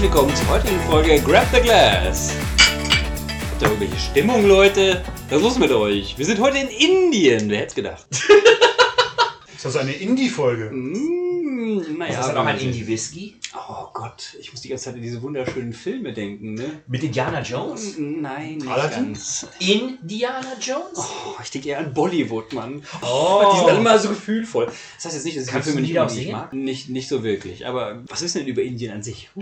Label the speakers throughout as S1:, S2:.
S1: willkommen zur heutigen Folge Grab the Glass. Habt ihr irgendwelche Stimmung, Leute? Was ist los mit euch? Wir sind heute in Indien, wer hätte gedacht?
S2: Ist das eine Indie-Folge?
S1: Mmh, naja,
S3: Ist das dann Also auch ein
S1: möglich.
S3: Indie-Whisky?
S1: Oh Gott, ich muss die ganze Zeit an diese wunderschönen Filme denken, ne?
S3: Mit Indiana Jones?
S1: Hm, Nein, nicht
S2: Aladdin?
S1: ganz.
S3: Indiana Jones?
S1: Oh, ich denke eher an Bollywood, Mann.
S3: Oh.
S1: Die sind alle immer so gefühlvoll. Das heißt jetzt nicht, dass ich die
S3: Kannst
S1: Filme
S3: du
S1: nicht,
S3: Lieder auch
S1: unbedingt
S3: singen?
S1: mag. Nicht, nicht so wirklich. Aber was wissen wir denn über Indien an sich? Uh,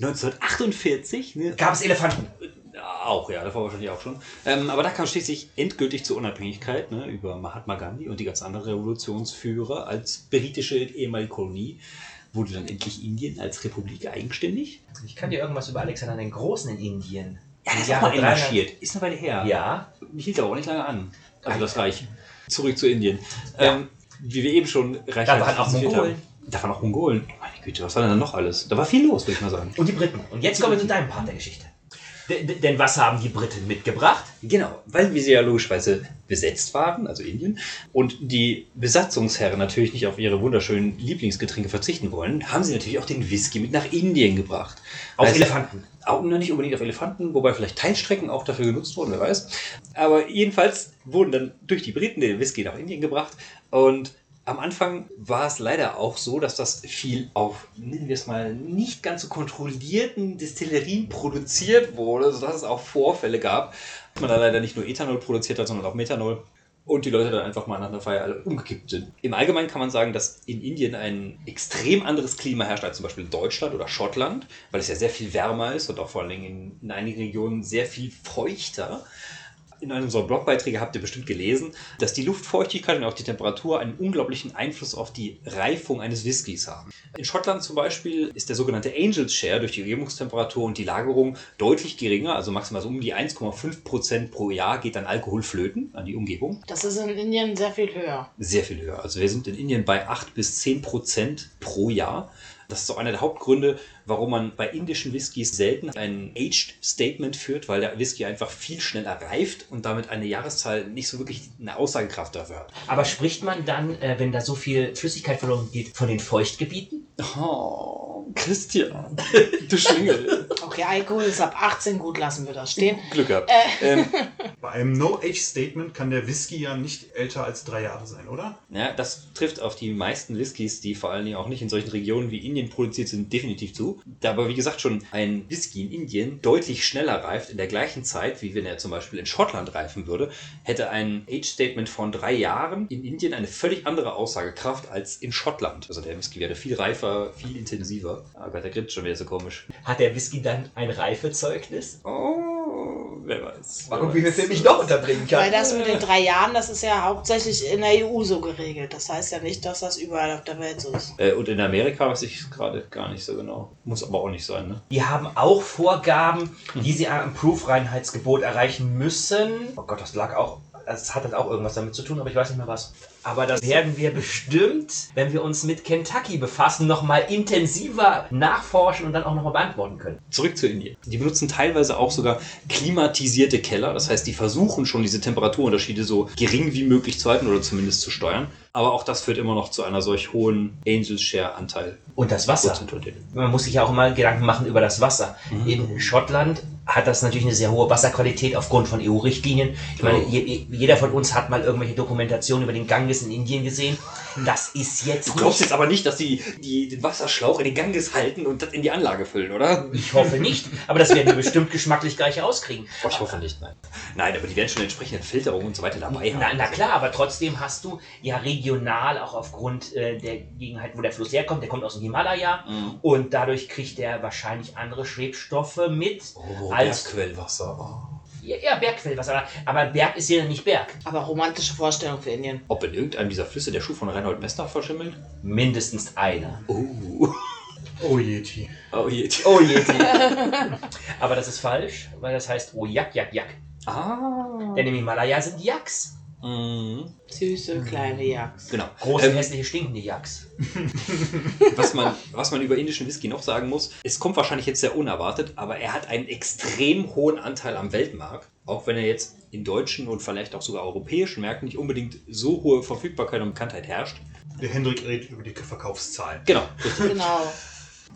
S1: 1948, ne?
S3: Gab es Elefanten?
S1: Auch, ja, davor wahrscheinlich auch schon. Ähm, aber da kam schließlich endgültig zur Unabhängigkeit ne, über Mahatma Gandhi und die ganz anderen Revolutionsführer als britische ehemalige Kolonie. Wurde dann endlich Indien als Republik eigenständig?
S3: Ich kann dir irgendwas über Alexander den Großen in Indien.
S1: Ja, das ist
S3: Im
S1: auch mal
S3: Jahre 300
S1: einmarschiert. Ist eine Weile her.
S3: Ja,
S1: Hielt aber auch nicht lange an. Also das Reich. Zurück zu Indien. Ähm, wie wir eben schon reich
S3: Da waren auch
S1: diskutiert
S3: Mongolen.
S1: haben. Da waren auch Mongolen. Meine Güte, was war denn da noch alles? Da war viel los, würde ich mal sagen.
S3: und die Briten. Und jetzt kommen wir zu deinem Part der Geschichte. D d- denn was haben die Briten mitgebracht?
S1: Genau, weil wir sie ja logischerweise besetzt waren, also Indien, und die Besatzungsherren natürlich nicht auf ihre wunderschönen Lieblingsgetränke verzichten wollen, haben sie natürlich auch den Whisky mit nach Indien gebracht.
S3: Auf
S1: Heißt,
S3: Elefanten.
S1: Auch noch nicht unbedingt auf Elefanten, wobei vielleicht Teilstrecken auch dafür genutzt wurden, wer weiß. Aber jedenfalls wurden dann durch die Briten der Whisky nach Indien gebracht und am Anfang war es leider auch so, dass das viel auf, nennen wir es mal, nicht ganz so kontrollierten Destillerien produziert wurde, sodass es auch Vorfälle gab, dass man da leider nicht nur Ethanol produziert hat, sondern auch Methanol und die Leute dann einfach mal nach einer Feier alle umgekippt sind. Im Allgemeinen kann man sagen, dass in Indien ein extrem anderes Klima herrscht als zum Beispiel in Deutschland oder Schottland, weil es ja sehr viel wärmer ist und auch vor allen Dingen in, in einigen Regionen sehr viel feuchter. In einem unserer Blogbeiträge habt ihr bestimmt gelesen, dass die Luftfeuchtigkeit und auch die Temperatur einen unglaublichen Einfluss auf die Reifung eines Whiskys haben. In Schottland zum Beispiel ist der sogenannte Angels Share durch die Umgebungstemperatur und die Lagerung deutlich geringer, also maximal so um die 1,5 Prozent pro Jahr geht dann Alkohol flöten an die Umgebung
S4: Das ist in Indien sehr viel höher.
S1: sehr viel höher. Also wir sind in Indien bei 8 bis 10 Prozent pro Jahr. Das ist so einer der Hauptgründe, warum man bei indischen Whiskys selten ein Aged Statement führt, weil der Whisky einfach viel schneller reift und damit eine Jahreszahl nicht so wirklich eine Aussagekraft dafür hat.
S3: Aber spricht man dann, äh, wenn da so viel Flüssigkeit verloren geht, von den Feuchtgebieten?
S1: Oh, Christian, du Schlingel.
S4: Okay, Alkohol ist ab 18 gut, lassen wir das stehen.
S1: Glück gehabt.
S2: Bei einem No-Age-Statement kann der Whisky ja nicht älter als drei Jahre sein, oder?
S1: Ja, das trifft auf die meisten Whiskys, die vor allen Dingen auch nicht in solchen Regionen wie Indien produziert sind, definitiv zu. Da aber, wie gesagt, schon ein Whisky in Indien deutlich schneller reift in der gleichen Zeit, wie wenn er zum Beispiel in Schottland reifen würde, hätte ein Age-Statement von drei Jahren in Indien eine völlig andere Aussagekraft als in Schottland. Also der Whisky wäre viel reifer, viel intensiver. Ah Gott, der grinst schon wieder so komisch.
S3: Hat der Whisky dann ein Reifezeugnis?
S1: Oh, wer weiß.
S3: Mal gucken, wie viel Film ich noch unterbringen kann.
S4: Weil das mit den drei Jahren, das ist ja hauptsächlich in der EU so geregelt. Das heißt ja nicht, dass das überall auf der Welt so ist.
S1: Äh, und in Amerika weiß ich es gerade gar nicht so genau. Muss aber auch nicht sein, ne?
S3: Die haben auch Vorgaben,
S1: Mhm.
S3: die sie am Proof-Reinheitsgebot erreichen müssen. Oh Gott, das lag auch. Das hat halt auch irgendwas damit zu tun, aber ich weiß nicht mehr was. Aber das werden wir bestimmt, wenn wir uns mit Kentucky befassen, nochmal intensiver nachforschen und dann auch nochmal beantworten können.
S1: Zurück zu Indien. Die benutzen teilweise auch sogar klimatisierte Keller. Das heißt, die versuchen schon diese Temperaturunterschiede so gering wie möglich zu halten oder zumindest zu steuern. Aber auch das führt immer noch zu einer solch hohen Angel-Share-Anteil.
S3: Und das Wasser. Man muss sich ja auch immer Gedanken machen über das Wasser.
S1: Mhm.
S3: In Schottland hat das natürlich eine sehr hohe Wasserqualität aufgrund von EU-Richtlinien. Ich meine,
S1: Oh.
S3: je, je- jeder von uns hat mal irgendwelche Dokumentationen über den Ganges in Indien gesehen. Das ist jetzt
S1: Du glaubst jetzt aber nicht, dass die, die den Wasserschlauch in den Ganges halten und das in die Anlage füllen, oder?
S3: Ich hoffe nicht, aber das werden wir bestimmt geschmacklich gleich herauskriegen.
S1: Oh, ich hoffe nicht, nein. Nein, aber die werden schon entsprechende Filterungen und so weiter dabei haben.
S3: Na, na klar, aber also trotzdem hast du ja regional auch aufgrund äh, der Gegenheit, wo der Fluss herkommt, der kommt aus dem Himalaya
S1: Mhm.
S3: und dadurch kriegt er wahrscheinlich andere Schwebstoffe mit
S1: Oh,
S3: als
S1: Bergquellwasser. Oh.
S3: ja, ja, Bergquellwasser. Aber Berg ist ja nicht Berg.
S4: Aber romantische Vorstellung für Indien.
S1: Ob in irgendeinem dieser Flüsse der Schuh von Reinhold Messner verschimmelt?
S3: Mindestens einer.
S1: Oh,
S2: Oh Yeti.
S1: oh je.
S3: Oh je. aber das ist falsch, weil das heißt oh jak jak jak.
S1: Ah.
S3: Denn im Himalaya sind Yaks.
S1: Mhm.
S4: Süße kleine Jagd.
S1: Genau.
S3: Große,
S1: Ähm,
S3: hässliche, stinkende Yaks.
S1: was, man, was man über indischen Whisky noch sagen muss, es kommt wahrscheinlich jetzt sehr unerwartet, aber er hat einen extrem hohen Anteil am Weltmarkt, auch wenn er jetzt in deutschen und vielleicht auch sogar europäischen Märkten nicht unbedingt so hohe Verfügbarkeit und Bekanntheit herrscht.
S2: Der Hendrik redet über die Verkaufszahlen.
S1: Genau, richtig.
S4: Genau.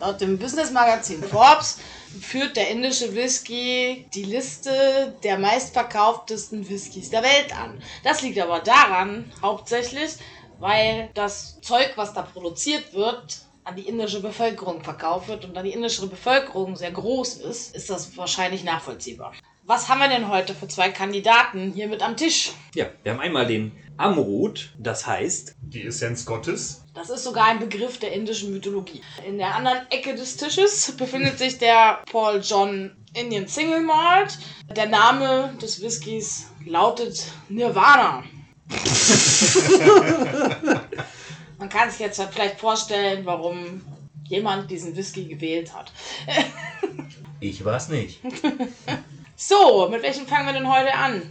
S4: Laut dem Businessmagazin Forbes führt der indische Whisky die Liste der meistverkauftesten Whiskys der Welt an. Das liegt aber daran, hauptsächlich, weil das Zeug, was da produziert wird, an die indische Bevölkerung verkauft wird und da die indische Bevölkerung sehr groß ist, ist das wahrscheinlich nachvollziehbar. Was haben wir denn heute für zwei Kandidaten hier mit am Tisch?
S1: Ja, wir haben einmal den Amrut, das heißt,
S2: Die Essenz Gottes.
S4: Das ist sogar ein Begriff der indischen Mythologie. In der anderen Ecke des Tisches befindet sich der Paul John Indian Single Malt. Der Name des Whiskys lautet Nirvana. Man kann sich jetzt halt vielleicht vorstellen, warum jemand diesen Whisky gewählt hat.
S3: Ich war's nicht.
S4: So, mit welchem fangen wir denn heute an?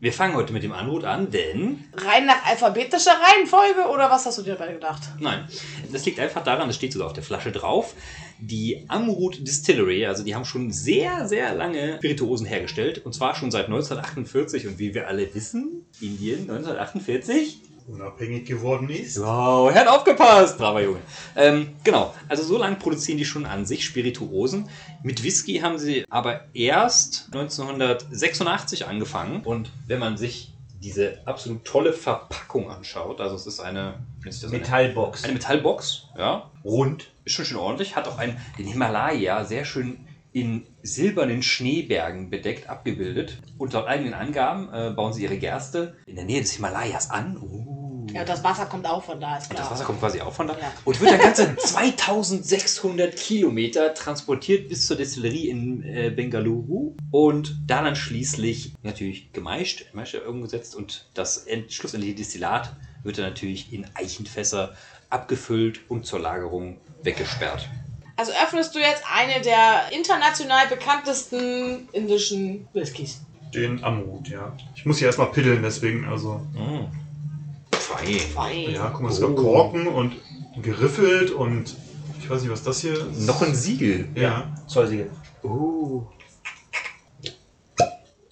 S1: wir fangen heute mit dem Amrut an, denn
S4: Rein nach alphabetischer Reihenfolge oder was hast du dir dabei gedacht?
S1: Nein, das liegt einfach daran, das steht sogar auf der Flasche drauf. Die Amrut Distillery, also die haben schon sehr, sehr lange Spirituosen hergestellt. Und zwar schon seit 1948. Und wie wir alle wissen, Indien 1948.
S2: Unabhängig geworden ist.
S1: Wow, er hat aufgepasst, braver Junge. Ähm, genau, also so lange produzieren die schon an sich Spirituosen. Mit Whisky haben sie aber erst 1986 angefangen. Und wenn man sich diese absolut tolle Verpackung anschaut, also es ist eine, ist das eine-
S3: Metallbox.
S1: eine Metallbox, ja,
S3: Rund.
S1: ist schon schön ordentlich, hat auch einen, den Himalaya sehr schön in silbernen Schneebergen bedeckt, abgebildet. Und laut eigenen Angaben äh, bauen sie ihre Gerste in der Nähe des Himalayas an. Uh.
S4: Ja, das Wasser kommt auch von da, ist
S1: Und
S4: klar.
S1: das Wasser kommt quasi auch von da.
S4: Ja.
S1: Und wird dann ganze 2600 Kilometer transportiert bis zur Destillerie in äh, Bengaluru und da dann schließlich natürlich gemeischt, Maische umgesetzt und das end- schlussendliche Destillat wird dann natürlich in Eichenfässer abgefüllt und zur Lagerung weggesperrt.
S4: Also öffnest du jetzt eine der international bekanntesten indischen Whiskys.
S2: Den Amrut, ja. Ich muss hier erstmal piddeln, deswegen, also.
S1: Mm. Fein.
S2: Ja, guck mal, es
S1: Oh.
S2: gab Korken und geriffelt und. Ich weiß nicht, was das hier ist.
S1: Noch ein Siegel.
S2: Ja.
S3: Zollsiegel.
S1: Oh.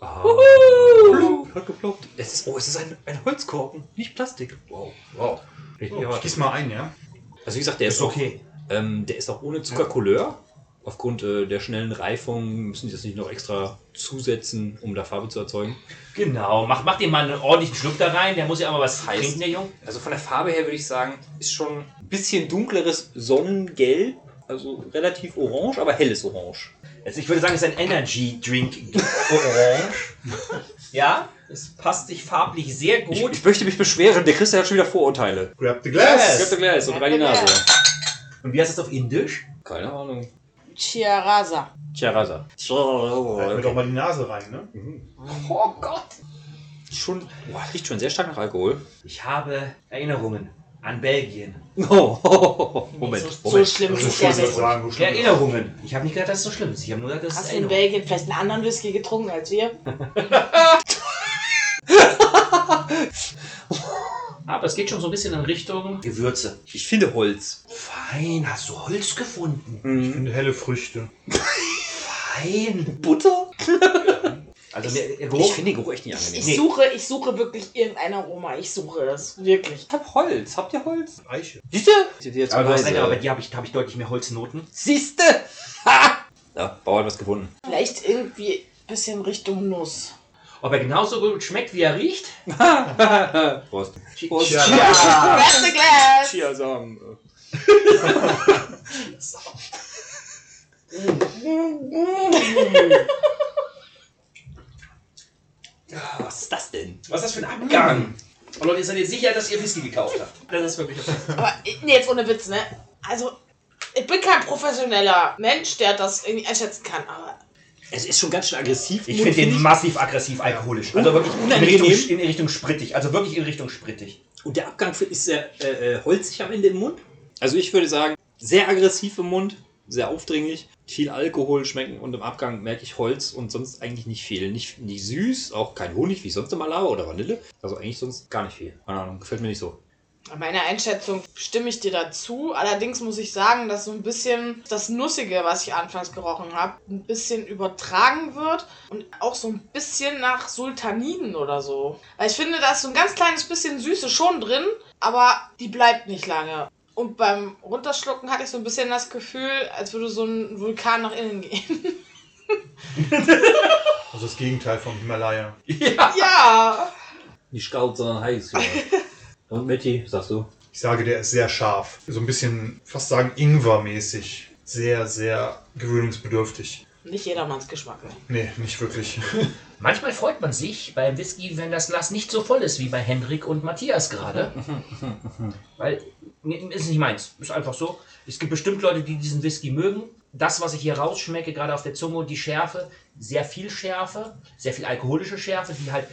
S1: Ah. Plump, Hat geploppt. Es ist, oh, es ist ein, ein Holzkorken, nicht Plastik. Wow, wow. Richtig
S2: Oh, ich
S1: erwartet.
S2: gieß mal ein, ja.
S1: Also wie gesagt, der ist,
S3: Ist okay.
S1: auch, ähm, der ist auch ohne Zuckercouleur. Aufgrund äh, der schnellen Reifung müssen die das nicht noch extra zusetzen, um da Farbe zu erzeugen.
S3: Genau. Mach, mach dir mal einen ordentlichen Schluck da rein. Der muss ja auch mal was
S1: Heiß.
S3: trinken, der Junge.
S1: Also von der Farbe her würde ich sagen, ist schon ein bisschen dunkleres Sonnengelb. Also relativ orange, aber helles Orange.
S3: Also ich würde sagen, es ist ein Energy Drink. Orange. ja, es passt sich farblich sehr
S1: Ich,
S3: gut.
S1: ich möchte mich beschweren, der Christian hat schon wieder Vorurteile.
S2: Grab the glass!
S1: Yes. Glas und rein die Nase.
S3: Und wie heißt das auf Indisch?
S1: Keine Ahnung.
S4: Chiarasa.
S1: Charasa.
S2: Halt mir doch
S1: oh, Okay.
S2: mal die Nase rein, ne?
S3: Oh Gott.
S1: Schon, boah, riecht schon sehr stark nach Alkohol.
S3: Ich habe Erinnerungen an Belgien.
S1: Oh, Moment,
S4: so, so
S1: Moment.
S4: schlimm
S2: Also,
S4: ist es
S2: schon
S4: ja
S2: soll ich sagen,
S4: nicht.
S2: so
S3: Ja,
S2: schlimm ist das.
S3: Erinnerungen. Ich habe nicht gedacht, dass es so schlimm ist. Ich habe nur gedacht, dass es
S4: Hast du in
S3: Erinnerungen.
S4: Belgien vielleicht einen anderen Whisky getrunken als wir?
S3: Aber es geht schon so ein bisschen in Richtung Gewürze.
S1: Ich finde Holz.
S3: Fein, hast du Holz gefunden?
S2: Ich finde helle Früchte.
S3: Fein.
S1: Butter?
S3: Also der der
S1: Ich
S3: Geruch.
S1: finde den Geruch echt nicht
S4: Ich
S1: angenehm.
S3: Nee.
S4: suche, ich suche wirklich irgendein Aroma. Ich suche es. Wirklich.
S1: Ich hab Holz. Habt ihr Holz?
S2: Eiche.
S1: Siehste? Seht ihr jetzt
S3: aber du hast recht, Also aber bei
S1: leise.
S3: dir habe ich, hab ich deutlich mehr Holznoten.
S1: Siehste? Ha! Ja, Bauer hat was gefunden.
S4: Vielleicht irgendwie ein bisschen Richtung Nuss.
S3: Ob er genauso gut schmeckt, wie er riecht?
S1: Prost.
S3: Prost.
S4: Grab the glass!
S1: Cheers. um, Was ist das denn?
S3: Was ist das für ein Abgang? Oh Leute, ihr seid ihr sicher, dass ihr Whisky gekauft habt? Das ist wirklich.
S4: Aber äh, nee, jetzt ohne Witz, ne? Also, ich bin kein professioneller Mensch, der das irgendwie einschätzen kann, aber
S1: Es ist schon ganz schön aggressiv.
S3: Ich finde den massiv aggressiv alkoholisch. Also wirklich in
S1: Unangenehm.
S3: Richtung, in Richtung sprittig. Also wirklich in Richtung sprittig.
S1: Und der Abgang ist sehr äh, äh, holzig am Ende im Mund. Also ich würde sagen, sehr aggressiv im Mund, sehr aufdringlich, viel Alkohol schmecken und im Abgang merke ich Holz und sonst eigentlich nicht viel. Nicht, nicht süß, auch kein Honig, wie ich sonst immer labe oder Vanille. Also eigentlich sonst gar nicht viel. Keine Ahnung, gefällt mir nicht so.
S4: Bei meiner Einschätzung stimme ich dir dazu. Allerdings muss ich sagen, dass so ein bisschen das Nussige, was ich anfangs gerochen habe, ein bisschen übertragen wird und auch so ein bisschen nach Sultaniden oder so. Weil ich finde, da ist so ein ganz kleines bisschen Süße schon drin, aber die bleibt nicht lange. Und beim Runterschlucken hatte ich so ein bisschen das Gefühl, als würde so ein Vulkan nach innen gehen.
S2: Also das Gegenteil vom Himalaya.
S3: Ja.
S4: ja,
S1: Nicht kalt, sondern heiß. Ja. Und Mitty, sagst du?
S2: Ich sage, der ist sehr scharf. So ein bisschen, fast sagen, Ingwer-mäßig. Sehr, sehr gewöhnungsbedürftig.
S4: nicht jedermanns Geschmack. Ne?
S2: Nee, nicht wirklich.
S3: Manchmal freut man sich beim Whisky, wenn das Glas nicht so voll ist wie bei Hendrik und Matthias gerade. Weil, nee, ist nicht meins. Ist einfach so. Es gibt bestimmt Leute, die diesen Whisky mögen. Das, was ich hier rausschmecke, gerade auf der Zunge, die Schärfe, sehr viel Schärfe, sehr viel alkoholische Schärfe, die halt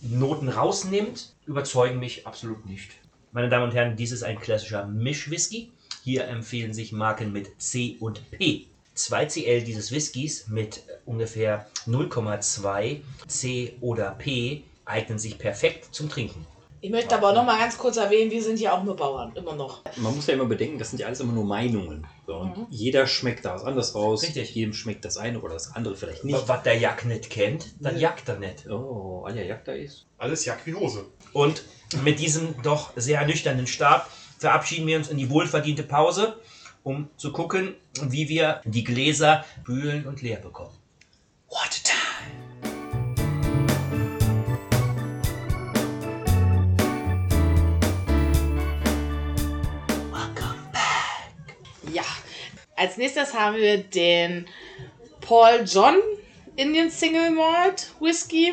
S3: Noten rausnimmt, überzeugen mich absolut nicht. Meine Damen und Herren, dies ist ein klassischer Mischwhisky. Hier empfehlen sich Marken mit C und P. 2cl dieses Whiskys mit ungefähr 0,2 C oder P eignen sich perfekt zum Trinken.
S4: Ich möchte aber noch mal ganz kurz erwähnen, wir sind ja auch nur Bauern, immer noch.
S1: Man muss ja immer bedenken, das sind ja alles immer nur Meinungen. So, und jeder schmeckt da was anderes raus.
S3: Richtig.
S1: Jedem schmeckt das eine oder das andere vielleicht nicht.
S3: Was der Jack nicht kennt, dann jagt er nicht.
S1: Oh, Anja Jagd da ist.
S2: Alles Jack wie Hose.
S3: Und mit diesem doch sehr nüchternen Stab verabschieden wir uns in die wohlverdiente Pause, um zu gucken, wie wir die Gläser bühlen und leer bekommen. What a time! Welcome back.
S4: Ja. Als nächstes haben wir den Paul John Indian Single Malt Whisky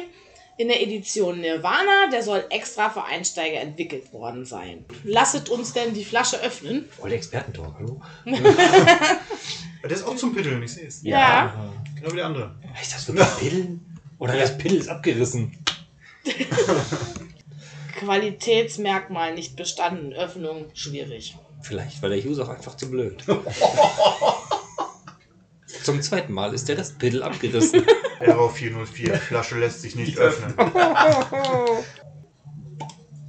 S4: in der Edition Nirvana. Der soll extra für Einsteiger entwickelt worden sein. Lasset uns denn die Flasche öffnen.
S1: Oh, der Expertentalk, hallo?
S2: Der ist auch zum Pitteln, ich sehe es. Genau wie der andere.
S1: Was Ist das für ein Pillen? Oder das Pill ist abgerissen.
S4: Qualitätsmerkmal nicht bestanden. Öffnung schwierig.
S1: Vielleicht war der User auch einfach zu blöd. Zum zweiten Mal ist der Restpedal abgerissen.
S2: Aero 404. Flasche lässt sich nicht öffnen.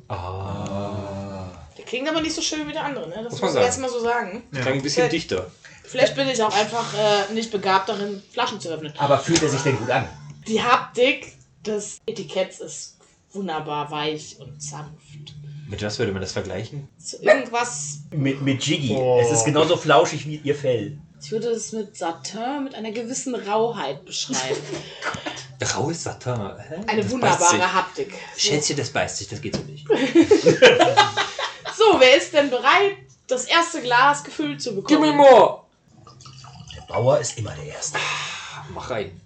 S1: ah.
S4: Der klingt aber nicht so schön wie der andere, ne?
S1: Muss
S4: Das muss,
S1: man
S4: ich
S1: sagen.
S4: erstmal so sagen.
S2: Ja.
S1: Klang ein bisschen dichter.
S4: Vielleicht bin ich auch einfach äh, nicht begabt darin, Flaschen zu öffnen.
S3: Aber fühlt er sich denn gut an?
S4: Die Haptik des Etiketts ist wunderbar weich und sanft.
S1: Mit was würde man das vergleichen?
S4: Zu irgendwas,
S3: Mit, mit Jiggy.
S2: Oh.
S3: Es ist genauso flauschig wie ihr Fell.
S4: ich würde es mit Satin, mit einer gewissen Rauheit beschreiben.
S1: Raues Satin. hä?
S4: Eine
S1: Das beißt sich.
S4: wunderbare Haptik.
S1: Schätzchen, das beißt sich, das geht so nicht.
S4: So, wer ist denn bereit, das erste Glas gefüllt zu bekommen?
S1: more!
S3: Der Bauer ist immer der Erste.
S1: Mach rein.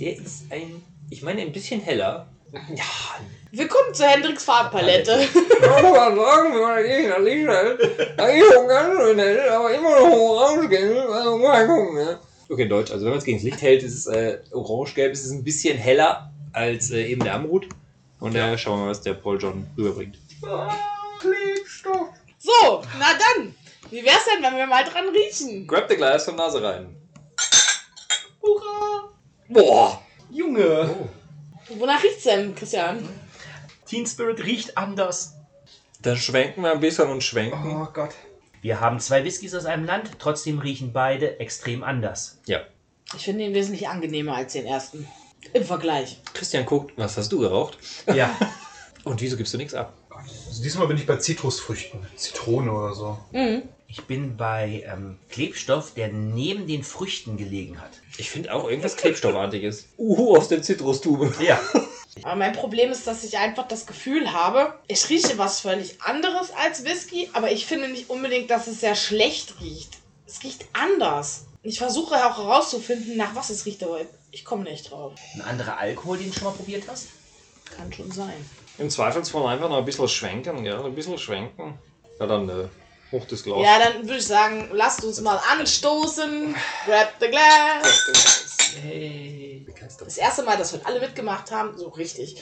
S1: Der ist ein, ich meine, ein bisschen heller. Ja,
S4: Willkommen zu Hendricks Farbpalette.
S5: Ich muss mal sagen, wenn man gegen das Licht hält, da ist schon ganz schön nett, aber immer noch orange gehen, also mal gucken, ne?
S1: okay, in Deutsch. Also wenn man es gegen das Licht hält, ist es äh, orange-gelb, ist es ein bisschen heller als äh, eben der Amrut. Und da schauen wir mal, was der Paul John rüberbringt.
S4: So, na dann. Wie wär's denn, wenn wir mal dran riechen?
S1: Grab the glass von Nase rein.
S4: Hurra!
S1: Boah!
S3: Junge!
S4: Wonach riecht's denn, Christian?
S3: Teen Spirit riecht anders.
S1: Dann schwenken wir ein bisschen und schwenken.
S3: Gott. Wir haben zwei Whiskys aus einem Land, trotzdem riechen beide extrem anders.
S1: Ja.
S4: Ich finde ihn wesentlich angenehmer als den ersten. Im Vergleich.
S1: Christian guckt, was hast du geraucht?
S3: Ja.
S1: Und wieso gibst du nichts ab?
S2: Also diesmal bin ich bei Zitrusfrüchten. Zitrone oder so.
S3: Ich bin bei ähm, Klebstoff, der neben den Früchten gelegen hat.
S1: Ich finde auch irgendwas Klebstoffartiges. Uhu, aus der Zitrustube.
S3: Ja.
S4: Aber mein Problem ist, dass ich einfach das Gefühl habe, ich rieche was völlig anderes als Whisky, aber ich finde nicht unbedingt, dass es sehr schlecht riecht. Es riecht anders. Ich versuche auch herauszufinden, nach was es riecht, aber ich komme nicht drauf.
S3: Ein anderer Alkohol, den du schon mal probiert hast?
S4: Kann schon sein.
S1: Im Zweifelsfall einfach noch ein bisschen schwenken, ja, ein bisschen schwenken. Ja, dann äh, hoch das Glas.
S4: Ja, dann würde ich sagen, lasst uns mal anstoßen. Grab the glass.
S3: Hey.
S4: Das erste Mal, dass wir alle mitgemacht haben, so richtig.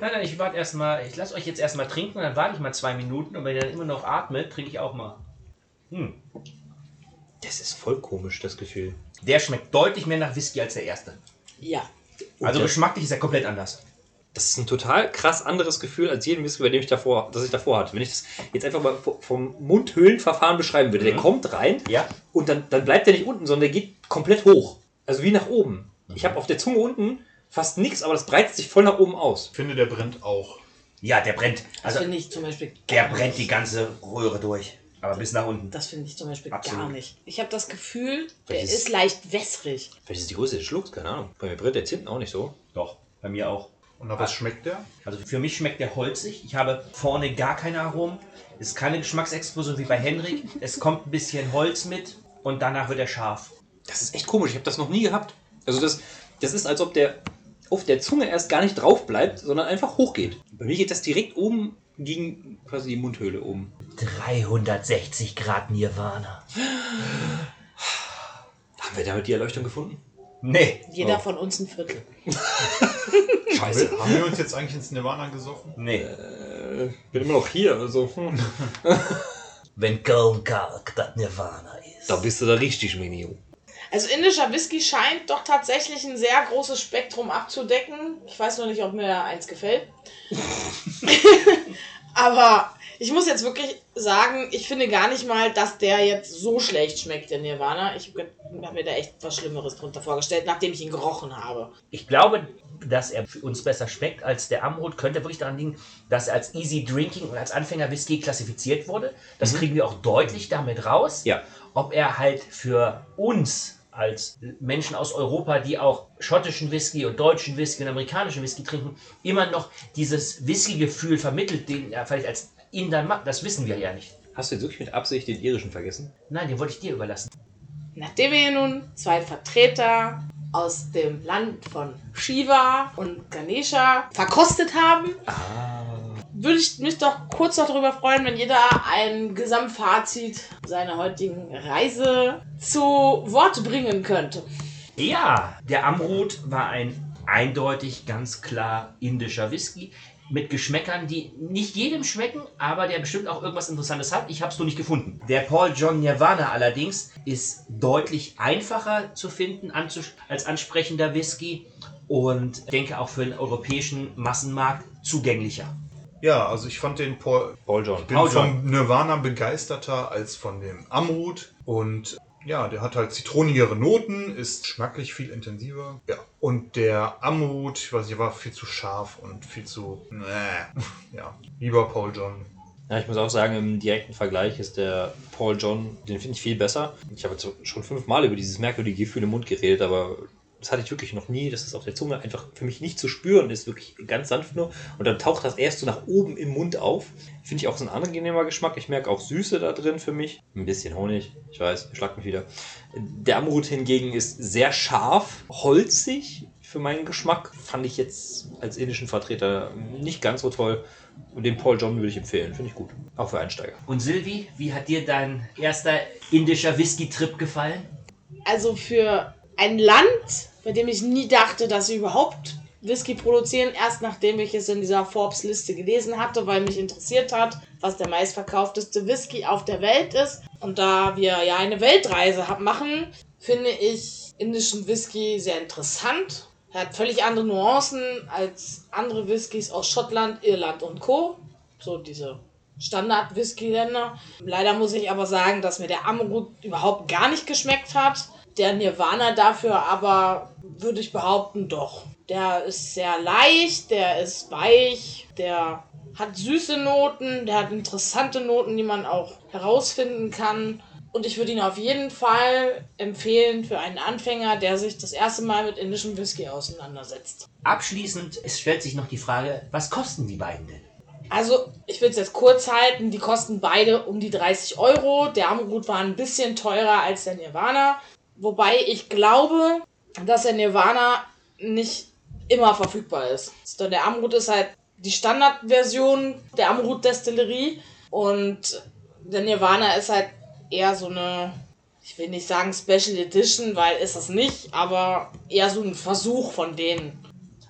S3: Nein, nein, ich warte erstmal. Ich lasse euch jetzt erstmal trinken und dann warte ich mal zwei Minuten und wenn ihr dann immer noch atmet, trinke ich auch mal. Hm.
S1: Das ist voll komisch, das Gefühl.
S3: Der schmeckt deutlich mehr nach Whisky als der erste.
S4: Ja.
S3: Also
S1: Okay.
S3: geschmacklich ist er komplett anders.
S1: Das ist ein total krass anderes Gefühl als jeden Whisky, bei dem ich davor, das ich davor hatte. Wenn ich das jetzt einfach mal vo- vom Mundhöhlenverfahren beschreiben würde, der kommt rein
S3: Ja.
S1: und dann, dann bleibt der nicht unten, sondern der geht komplett hoch. Also wie nach Mhm. oben. Ich habe auf der Zunge unten fast nichts, aber das breitet sich voll nach oben aus.
S2: Ich finde, der brennt auch.
S3: Ja, der brennt.
S4: Das
S3: Also,
S4: finde ich zum Beispiel.
S3: der
S4: gar
S3: brennt
S4: nicht.
S3: die ganze Röhre durch. Aber bis nach unten.
S4: Das finde ich zum Beispiel gar
S3: Absolut.
S4: nicht. Ich habe das Gefühl, der
S1: Welches-
S4: ist leicht wässrig.
S1: Vielleicht ist die Größe des Schlucks, keine Ahnung. Bei mir brennt der Zimten auch nicht so.
S3: Doch, bei mir auch.
S2: Und nach was schmeckt der?
S3: Also für mich schmeckt der holzig. Ich habe vorne gar keine Aromen. Ist keine Geschmacksexplosion wie bei Henrik. Es kommt ein bisschen Holz mit und danach wird er scharf.
S1: Das ist echt komisch, ich habe das noch nie gehabt. Also das, das ist, als ob der auf der Zunge erst gar nicht drauf bleibt, sondern einfach hochgeht. Bei mir geht das direkt oben gegen quasi die Mundhöhle oben.
S3: 360 Grad Nirvana.
S1: Haben wir damit die Erleuchtung gefunden?
S3: Nee.
S4: Jeder
S1: Oh.
S4: von uns ein Viertel.
S1: Scheiße.
S2: Haben wir uns jetzt eigentlich ins Nirvana gesoffen?
S3: Nee.
S1: Äh, bin immer noch hier, also.
S3: Wenn Golmkalk das Nirvana ist.
S1: Da bist du da richtig, Menio.
S4: Also indischer Whisky scheint doch tatsächlich ein sehr großes Spektrum abzudecken. Ich weiß noch nicht, ob mir eins gefällt. Aber ich muss jetzt wirklich sagen, ich finde gar nicht mal, dass der jetzt so schlecht schmeckt, der Nirvana. Ich habe mir da echt was Schlimmeres drunter vorgestellt, nachdem ich ihn gerochen habe.
S3: Ich glaube, dass er für uns besser schmeckt als der Amrut. Könnte wirklich daran liegen, dass er als Easy Drinking und als Anfänger Whisky klassifiziert wurde. Das kriegen wir auch deutlich damit raus.
S1: Ja.
S3: Ob er halt für uns als Menschen aus Europa, die auch schottischen Whisky und deutschen Whisky und amerikanischen Whisky trinken, immer noch dieses Whisky-Gefühl vermittelt, den er vielleicht als Inder macht. Das wissen wir ja nicht.
S1: Hast du jetzt wirklich mit Absicht den irischen vergessen?
S3: Nein, den wollte ich dir überlassen.
S4: Nachdem wir hier nun zwei Vertreter aus dem Land von Shiva und Ganesha verkostet haben, würde ich mich doch kurz noch darüber freuen, wenn jeder ein Gesamtfazit seiner heutigen Reise zu Wort bringen könnte.
S3: Ja, der Amrut war ein eindeutig ganz klar indischer Whisky mit Geschmäckern, die nicht jedem schmecken, aber der bestimmt auch irgendwas Interessantes hat. Ich habe es nur nicht gefunden. Der Paul John Nirvana allerdings ist deutlich einfacher zu finden anzus- als ansprechender Whisky und ich denke auch für den europäischen Massenmarkt zugänglicher.
S2: Ja, also ich fand den Paul,
S1: Paul John.
S2: bin
S3: Paul John.
S2: vom Nirvana begeisterter als von dem Amrut und ja, der hat halt zitronigere Noten, ist schmacklich viel intensiver. Ja, und der Amrut, ich weiß nicht, war viel zu scharf und viel zu. Nee. Ja, lieber Paul John.
S1: Ja, ich muss auch sagen, im direkten Vergleich ist der Paul John, den finde ich viel besser. Ich habe jetzt schon fünfmal über dieses merkwürdige Gefühl im Mund geredet, aber das hatte ich wirklich noch nie, dass es auf der Zunge einfach für mich nicht zu spüren ist, wirklich ganz sanft nur. Und dann taucht das erst so nach oben im Mund auf. Finde ich auch so ein angenehmer Geschmack. Ich merke auch Süße da drin für mich. Ein bisschen Honig, ich weiß, schlag mich wieder. Der Amrut hingegen ist sehr scharf, holzig für meinen Geschmack. Fand ich jetzt als indischen Vertreter nicht ganz so toll. Und den Paul John würde ich empfehlen, finde ich gut. Auch für Einsteiger.
S3: Und Silvi, wie hat dir dein erster indischer Whisky-Trip gefallen?
S4: Also für ein Land, bei dem ich nie dachte, dass sie überhaupt Whisky produzieren, erst nachdem ich es in dieser Forbes-Liste gelesen hatte, weil mich interessiert hat, was der meistverkaufteste Whisky auf der Welt ist. Und da wir ja eine Weltreise hab- machen, finde ich indischen Whisky sehr interessant. Er hat völlig andere Nuancen als andere Whiskys aus Schottland, Irland und Co. So diese Standard-Whisky-Länder. Leider muss ich aber sagen, dass mir der Amrut überhaupt gar nicht geschmeckt hat. Der Nirvana dafür aber, würde ich behaupten, doch. Der ist sehr leicht, der ist weich, der hat süße Noten, der hat interessante Noten, die man auch herausfinden kann. Und ich würde ihn auf jeden Fall empfehlen für einen Anfänger, der sich das erste Mal mit indischem Whisky auseinandersetzt.
S3: Abschließend es stellt sich noch die Frage, was kosten die beiden denn?
S4: Also, ich will es jetzt kurz halten. Die kosten beide um die 30 Euro. Der Amrut war ein bisschen teurer als der Nirvana. Wobei ich glaube, dass der Nirvana nicht immer verfügbar ist. Sondern Der Amrut ist halt die Standardversion der Amrut-Destillerie. Und der Nirvana ist halt eher so eine, ich will nicht sagen Special Edition, weil ist das nicht, aber eher so ein Versuch von denen.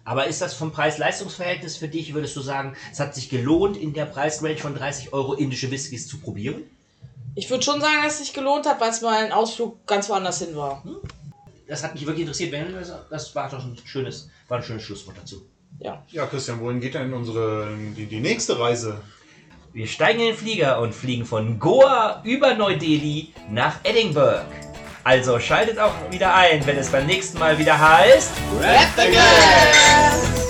S3: Aber ist das vom Preis-Leistungs-Verhältnis für dich, würdest du sagen, es hat sich gelohnt, in der Preisrange von 30 Euro indische Whiskys zu probieren?
S4: Ich würde schon sagen, dass es sich gelohnt hat, weil es mal ein Ausflug ganz woanders hin war.
S3: Das hat mich wirklich interessiert. Wenn, das war doch ein schönes, war ein schönes Schlusswort dazu.
S4: Ja.
S2: Ja, Christian, wohin geht denn unsere die, die nächste Reise?
S3: Wir steigen in den Flieger und fliegen von Goa über Neu-Delhi nach Edinburgh. Also schaltet auch wieder ein, wenn es beim nächsten Mal wieder heißt.
S4: Rap the Girls!